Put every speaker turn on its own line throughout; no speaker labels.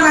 マ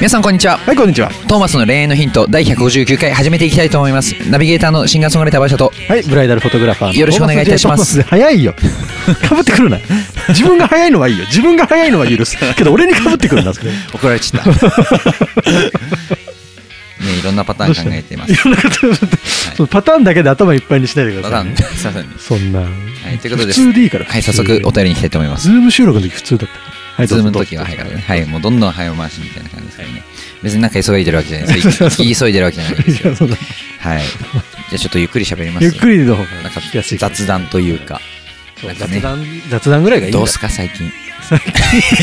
皆さんこんにちは
はい、こんにちは。
トーマスの恋愛のヒント第159回始めていきたいと思いますナビゲーターのシンガーソングライター馬車と
はい、ブライダルフォトグラファーの
よろしくお願いいたします
トーマスジェイソンです早いよ。かぶってくるな。自分が早いのはいいよ。自分が早いのは許す。けど俺にかぶってくるな、それ。い
怒られちゃった ねいろんなパターン考えています
ろんなこと言ってそのパターンだけで頭いっぱいにしないでくだ
パ
さ
タ
い
ーン
ね。
さらに
そんな。
はいということで
普通でいいから。
はい早速お便りに行きたいと思います
ズーム収録の時普通だった。は
ズームの時は早かったねはいもうどんどん早回しみたいな感じですけどね別になんか急いでるわけじゃないです
そう
急いでるわけじゃないです
いや、そうだ。
はいじゃあちょっとゆっくり喋ります
ゆっくりの方
な
が
んか
聞きやすいから。
雑談というか
そう
なんかね
雑談、雑談ぐらいがいいんだ
どうすか最近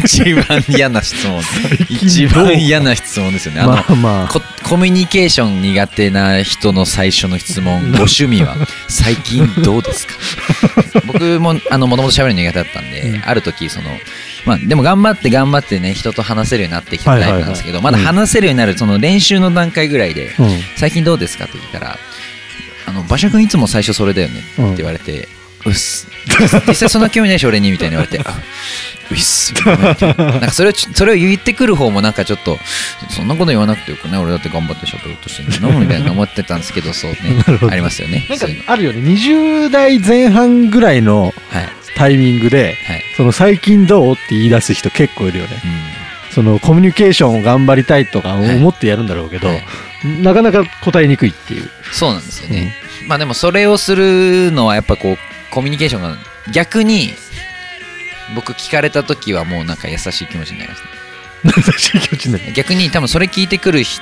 一番嫌な質問一番嫌な質問ですよねあの
まあまあ。
ココミュニケーション苦手な人の最初の質 問ご趣味は最近どうですか僕もあのもともと喋るの苦手だったんで、
うん
ある時その、まあ、でも頑張って頑張ってね人と話せるようになってきたタイプなんですけど、
はいはいはい
まだ話せるようになるその練習の段階ぐらいで、
う
最近どうですかって言ったらあの馬車君いつも最初それだよねって言われて、うっす実際そんな興味ないし俺にみたいに言われてあうっすごめんみたいななんかそれをちそれを言ってくる方もなんかちょっとそんなこと言わなくてよくない俺だって頑張ってしゃべろうとしてるのにみたいな思ってたんですけどそうね
なるほど
ありますよね
ん。なん
そ
か
ういうの
あるよね。20代前半ぐらいの
はい
タイミングで、
はい、
その最近どうって言い出す人結構いるよね。そのコミュニケーションを頑張りたいとか
はい
思ってやるんだろうけど、
はい
なかなか答えにくいっていう。
うん、そうなんですよ ね、まあでもそれをするのはやっぱこうコミュニケーションが逆に僕聞かれた時はもうなんか優しい気持ちになりますね
優しい気持ちになる。
逆に多分それ聞いてくるひ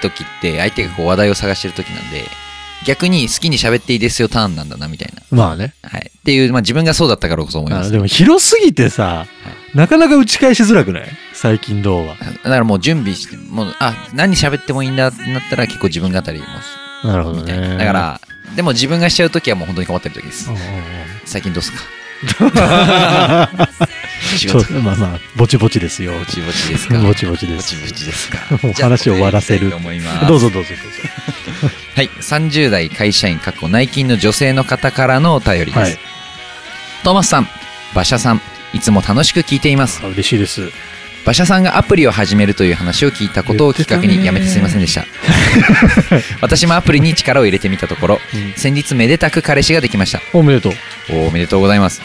時って相手がこう話題を探してる時なんで逆に好きに喋っていいですよターンなんだなみたいな、
まあね。
はい、っていう、まあ、自分がそうだったからこそ思いま
あ
す
でも広すぎてさ、なかなか打ち返しづらくない最近どうは。
だからもう準備してもうあ何喋ってもいいんだってなったら結構自分語りも
なるほど
みたい
ね。
なだか、らでも自分がしちゃう時はもう本当に困ってる時です
うん
最近どうすか 仕
ちょ
事
っとまあまあ、ぼちぼちですよ。
ぼちぼちですか
ぼちぼちです
ぼちぼちですか
もう話を終わらせる
じゃあこれでいきたいと思います
どうぞどうぞどうぞ。
はい、30代会社員、かっこ内勤の女性の方からのお便りです。
はい
トーマスさん、馬車さん、いつも楽しく聞いています。
あ嬉しいです。
馬車さんがアプリを始めるという話を聞いたことをきっかけ
言ってた
に
ね
やめてすみませんで した。私もアプリに力を入れてみたところ、先日めでたく彼氏ができました。
おめでとう。
おおめでとうございます。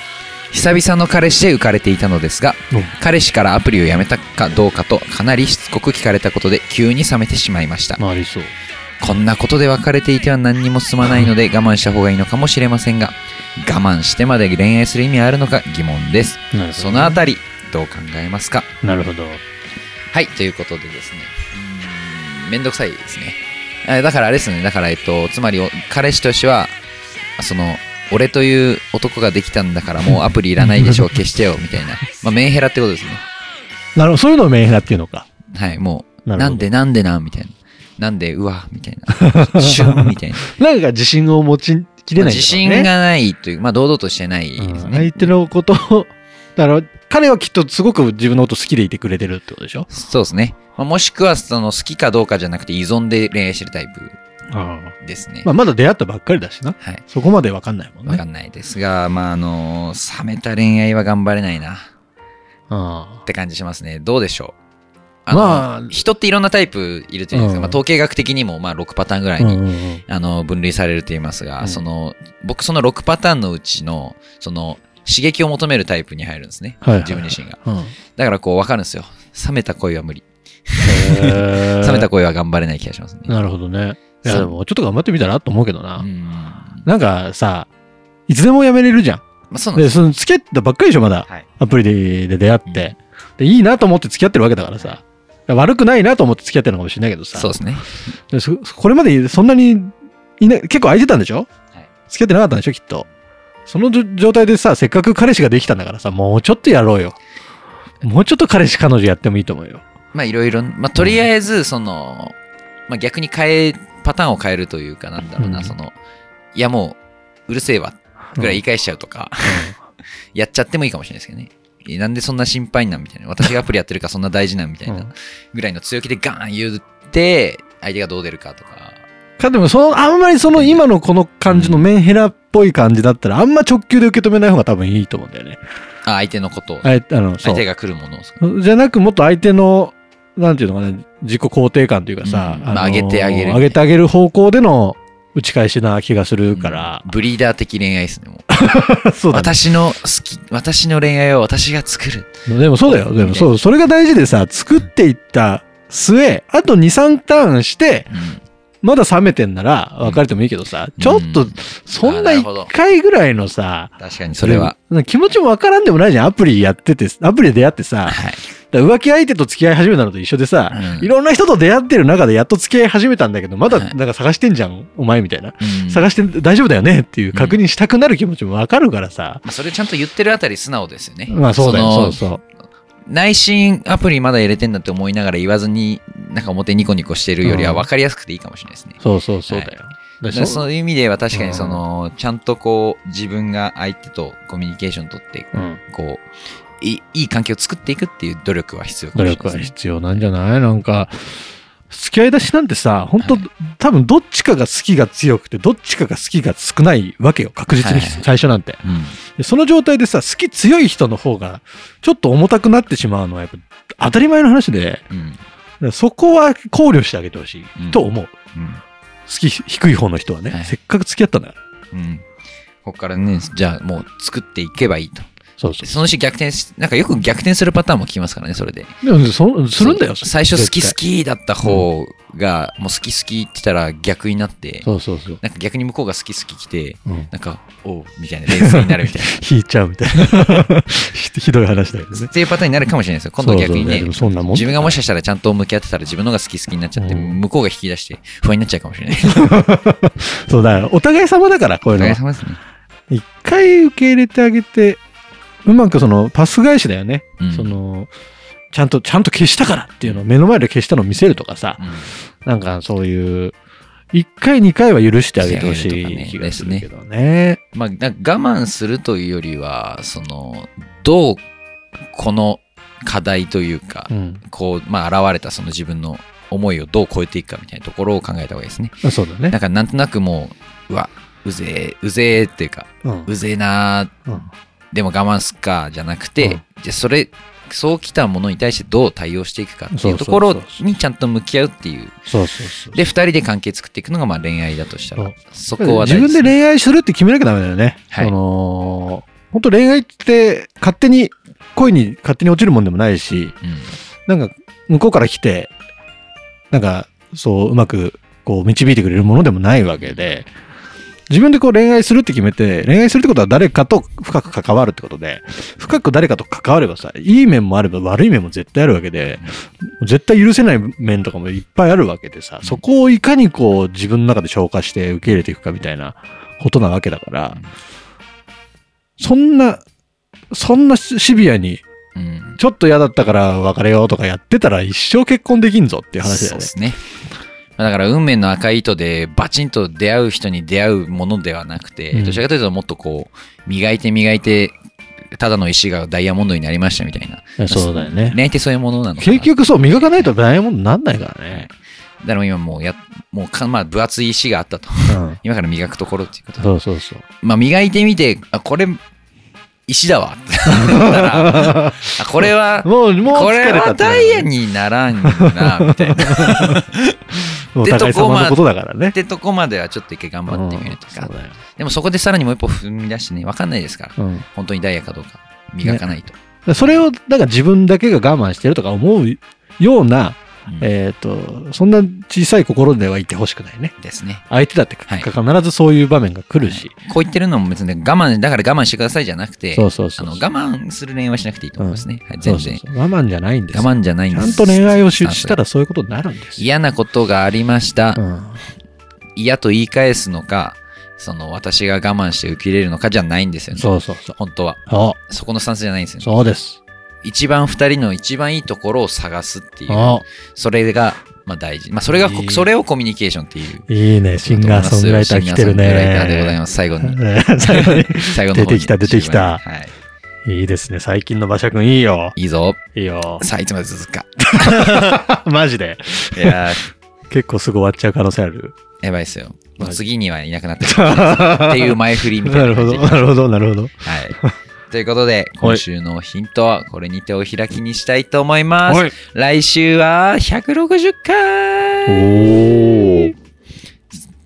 久々の彼氏で浮かれていたのですが、
うん
彼氏からアプリをやめたかどうかとかなりしつこく聞かれたことで急に冷めてしまいました。
まあ、ありそう。
こんなことで別れていては何にも進まないので我慢した方がいいのかもしれませんが我慢してまで恋愛する意味あるのか疑問です
なるほど。
そのあたりどう考えますか
なるほど。
はいということでですねうーんめんどくさいですねあだからあれですねだからえっとつまりお彼氏としてはその俺という男ができたんだから もうアプリいらないでしょう消してよみたいな、まあ、メンヘラってことですね
なるほど。そういうのをメンヘラっていうのか。
はいもう
なるほど
なんでなんでなみたいななんでうわみたい なシュンみたいな
なんか自信を持ちきれないんだろうね。
自信がないという、まあ、堂々としてないです
うん
ね。
相手のことをだから彼はきっとすごく自分のこと好きでいてくれてるってことでしょ
そうですね。まあ、もしくは、その、好きかどうかじゃなくて、依存で恋愛してるタイプですね。
まあ、まだ出会ったばっかりだしな
はい。
そこまでわかんないもん
わか
ね
んないですが、まあ、あのー冷めた恋愛は頑張れないな、
あ
って感じしますね。どうでしょうあの、
まあ
人っていろんなタイプいるじゃないですか。
うん
まあ、統計学的にも、まあ、6パターンぐら
あ
いに、
うんうんうん
あの、分類されると言いますが、
うん
その、僕、その6パターンのうちの、その、刺激を求めるタイプに入るんですね。
はいはい
自分自身が。
うん
だから、こう、わかるんですよ。冷めた恋は無理。
へー
冷めた声は頑張れない気がしますね。
なるほどねい
そ
や
う
でもちょっと頑張ってみたらなと思うけどな、
うんま
なんかさいつでも辞めれるじゃ
あ、そうんなんで。
ですその付き合ってたばっかりでしょまだ
はい。
アプリでで出会って、でいいなと思って付き合ってるわけだからさ悪くないなと思って付き合ってるのかもしれないけどさ
そうですね。
でそこれまでそんなにいない結構空いてたんでしょ、
はい
付き合ってなかったんでしょきっとそのじょ状態でさせっかく彼氏ができたんだからさもうちょっとやろうよもうちょっと彼氏彼女やってもいいと思うよ
まあ、いろいろ、まあ、とりあえず、その、まあ、逆に変え、パターンを変えるというかなんだろうな、
うん
その、いや、もう、うるせえわ、ぐらい言い返しちゃうとか、 やっちゃってもいいかもしれないですけどね。えなんでそんな心配なんみたいな。私がアプリやってるからそんな大事なんみたい
うん
なぐらいの強気でガーン言って、相手がどう出るかとか。
かでもそのあんまりその今のこの感じのメンヘラっぽい感じだったらあんま直球で受け止めない方が多分いいと思うんだよね。
あ、相手のことを。
あえあのそ
相手
う
が来るものをですか。
じゃなくもっと相手のなんていうのかな自己肯定感というかさ、
うんまあ上げてあげる
上げてあげる方向での打ち返しな気がするから
う、んブリーダー的恋愛ですね、もう。
そうだね
私の好き、私の恋愛を私が作る。
でもそうだよ。でもそう、それが大事でさ、作っていった末、あと2、3ターンして、まだ冷めてんなら別れてもいいけどさ、ちょっ
う
と
ん、
そん
あ
な
なるほど
1回ぐらいのさ、
確かにそれは。
で。気持ちもわからんでもないじゃん。アプリやってて、アプリで出会っ てさ、
はい。
だから浮気相手と付き合い始めたのと一緒でさ、
うん
いろんな人と出会ってる中でやっと付き合い始めたんだけど、まだ
はい
なんか探してんじゃん、お前みたいな。
うん
探してん大丈夫だよねっていう確認したくなる気持ちもわかるからさ。
まあそれちゃんと言ってるあたり素直ですよね。
まあそうだよ、
の
そうそう。
内心アプリまだ入れてんだって思いながら言わずに、なんか表ニコニコしてるよりは
うん
分かりやすくていいかもしれないですね。
そうそうそうだよ。だ
だ
か
からら
そ
そういう意味では確かにその、ちゃんとこう、自分が相手とコミュニケーション取って、
うん
こう、いいい関係を作っていくっていう努力は必要か
努
もしれ
力
ないです
は
ね。
必要なんじゃないなんか付き合い出しなんてさ本当、
はい
多分どっちかが好きが強くてどっちかが好きが少ないわけよ確実に
はいはい
最初なんて、でその状態でさ好き強い人の方がちょっと重たくなってしまうのはやっぱ当たり前の話でだか
うん。うん。
らそこは考慮してあげてほしいと思う、好
うん。
き低い方の人はね、
はい
せっかく付き合ったんだから
うん。ここからね、じゃあもう作っていけばいいと。
そうそう
そのうち逆転し、なんかよく逆転するパターンも聞きますからね、それで。
でもそするんだよ
そう最初好き好
絶
きだった方が、もう好き好きって言ったら逆になって
対、そうそうそう、
なんか逆に向こうが好き好き来て、
うん、
なんか、おう、みたいな連鎖になる みたい
引いちゃうみたいな ひひどい話だよ
な。
ね
っていうパターンになるかもしれないですよ。今度は逆にね
そうそういやでも、そんなもん
自分がもしかしたらちゃんと向き合ってたら自分のが好き好きになっちゃって、
うん
向こうが引き出して不安になっちゃうかもしれない。
そうだよ。お互い様だから、こうい
お
うの
互い様
は。
ですね。
一回受け入れてあげて、うまくそのパス返しだよね。
うん
その、ちゃんと、ちゃんと消したからっていうのを目の前で消したのを見せるとかさ、
うん
なんかそういう、一回二回は許してあげてほし
してあげるとか
い
ね
気がするけどね。
まあ、なんか我慢するというよりは、その、どう、この課題というか、
うん。
こう、まあ、現れたその自分の思いをどう超えていくかみたいなところを考えた方がいいですね。
あそうだ
な
ね
ん。か、なんとなくもう、うわ、うぜえ、うぜえっていうか、
うん。
うぜえなー
うん
でも我慢すっかじゃなくて、
うん
じゃあそれ、そうきたものに対してどう対応していくかって
そ
いう
そううそ
と
う
ころにちゃんと向き合うっていう。
そうそうそう。
で、二人で関係作っていくのがまあ恋愛だとしたら、そこは
自分で
愛
恋愛するって決めなきゃダメだよね。
はい
その、本当恋愛って勝手に、恋に勝手に落ちるもんでもないし、なんか、向こうから来て、なんか、そう、うまく、こう、導いてくれるものでもないわけで、自分でこう恋愛するって決めて、恋愛するってことは誰かと深く関わるってことで、深く誰かと関わればさ、いい面もあれば悪い面も絶対あるわけで、絶対許せない面とかもいっぱいあるわけでさ、そこをいかにこう自分の中で消化して受け入れていくかみたいなことなわけだから、そんな、そんなシビアに
うん。うん。
ちょっと嫌だったから別れようとかやってたら一生結婚できんぞっていう話だ
そうで
よね。
すね。まあだから運命の赤い糸でバチンと出会う人に出会うものではなくて、
うん
どちらかというともっとこう磨いて磨いてただの石がダイヤモンドになりましたみたいな
そうだよね。
恋愛ってそういうものなのかな
結局そう、磨かないとダイヤモンドになんないから
はい
ね。
だから今もうやもうか、まあ、分厚い石があった と
うん。
今から磨くところっていうこと
そうそうそう。
まあ磨いてみてあこれ石だわだからあこれは
もう、もう
こ
疲
れ
れた
は
って
ダイヤにならんなみたいな
お互い様のことだからね
っ。てとこまではちょっと一回頑張ってみると
うん
か
そう、だよ
でもそこでさらにもう一歩踏み出してね、わかんないですから、
うん
本当にダイヤかどうか、磨かないと。
でそれを、だから自分だけが我慢してるとか思うような、
うん
えっと、そんな小さい心ではいてほしくないね。
ですね。
相手だってか
はい
必ずそういう場面が来るし。
こう言ってるのも別に我慢、だから我慢してくださいじゃなくて、
そうそうそ
あの
う。
我慢する恋愛はしなくていいと思いますね。はい、
そ
全
うそう
然
そう我慢じゃないんですよ。
我慢じゃないん
ち
で
ゃ
す。
んと恋愛をし
スタンス
したらそういうことになるんですよ。
嫌なことがありました
う。ん
嫌と言い返すのか、その私が我慢して受け入れるのかじゃないんですよね。
そうそうそう。
本当は。
そ
そこのスタンスじゃないんですよ
う、
ね。
そうです。
一番二人の一番いいところを探すっていう。
そ
それがまあ、大事、まあ、それがこ
いい
それをコミュニケーションっていう
いいね、シンガーソングライター来てるね。
シンガーソングライターでございます最後に
最後に。
最後の方に
出てきた出てきた
はい、
いいですね、最近の馬車くんいいよ。
いいぞ
いいよ。
さあいつまで続 くか
マジで。
いやー
結構すぐ終わっちゃう可能性 ある。
やばいっすよもう
はい
次にはいなくなってるっていう前振りみた
ない
な
るほ
感
ど、
じ
なるほど、なるほど。
はい。ということで、今週のヒントはこれにてお開きにしたいと思います。
い。
来週は160
お
回
ー。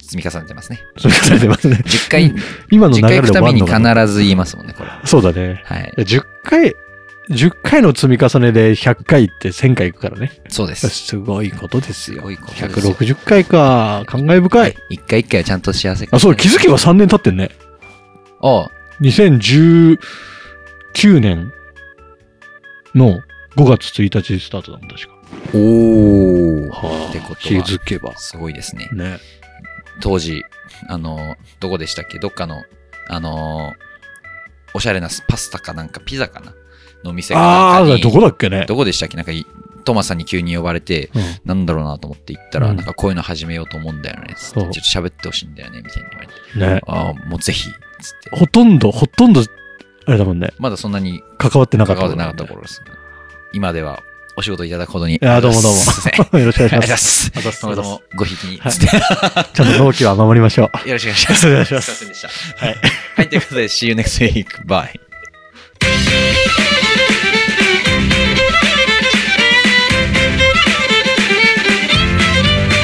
積み重ねてますね。
それから出ますね。
10回、10
今の流
回
れ
行
で
く
終
た
わ
め
ん
に
のかな
必ず言いますもんね、これ。
そうだね。
はい。
10回、10回の積み重ねで100回って1000回いくからね。
そうです。
すごいことです
す
よ。
ごいことですよ。
160回か。感慨深い。
一回一回はちゃんと幸せか
あ、そう、気づけば3年経ってんね。
おう
2019年の5月1日スタートだもん、確か。
おー
は
ってことは
気づけば。
すごいですね。
ね。
当時、あの、どこでしたっけどっかの、あの、おしゃれなパスタかなんかピザかなの店か
あ
なんか
あ、
に
どこだっけね。
どこでしたっけなんかい、トマさんに急に呼ばれて、
うん
なんだろうなと思って行ったら、
うん
なんかこういうの始めようと思うんだよね。つってち
そ
ょっ
う
と喋ってほしいんだよね、みたいに言われて。
ね。
ああ、もうぜひ、つって。
ほとんど、ほとんど、あれだもんね。
まだそんなに
関わってなか
関わっ
ったも
て
んね。
なかった頃です、今ではお仕事いただくほどに。
いやーどうもどうも
すいません。あ
よろしくお
りがとう
願
ご
い
ざ
し
いますす。
ま。ありがと
今後と
うございま
もごひいきに、
はい
つって。
ちゃんと納期は守りましょう。
よろしくお願いします。
お願いします
いませんでした。
はい。
はい、ということで、See you next week. Bye.
Podcast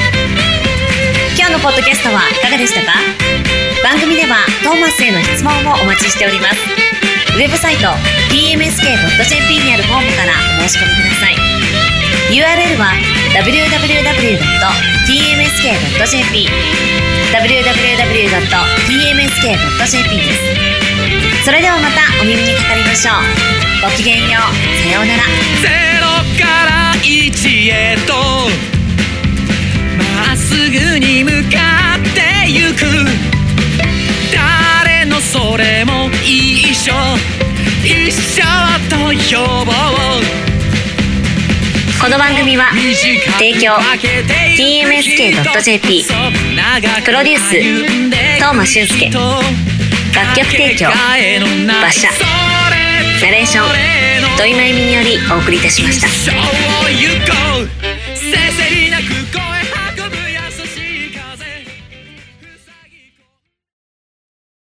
今日のポッドキャストはいかがでしたか番組ではトーマスへの質問もお待ちしておりますウェブサイト tmsk.jp にあるフォームからお申し込みください URL は www.tmsk.jp www.tmsk.jp ですそれではまたお耳にかかりましょうごきげんようさようなら
ゼロから一へとまっすぐに向かってゆく誰のそれも一緒一緒と呼ぼう
この番組は提
提
供 TMSK.jp プロデュース東間俊介楽曲提供馬車ナレーション土井真由美によりお送りいたしました
一生を行こう背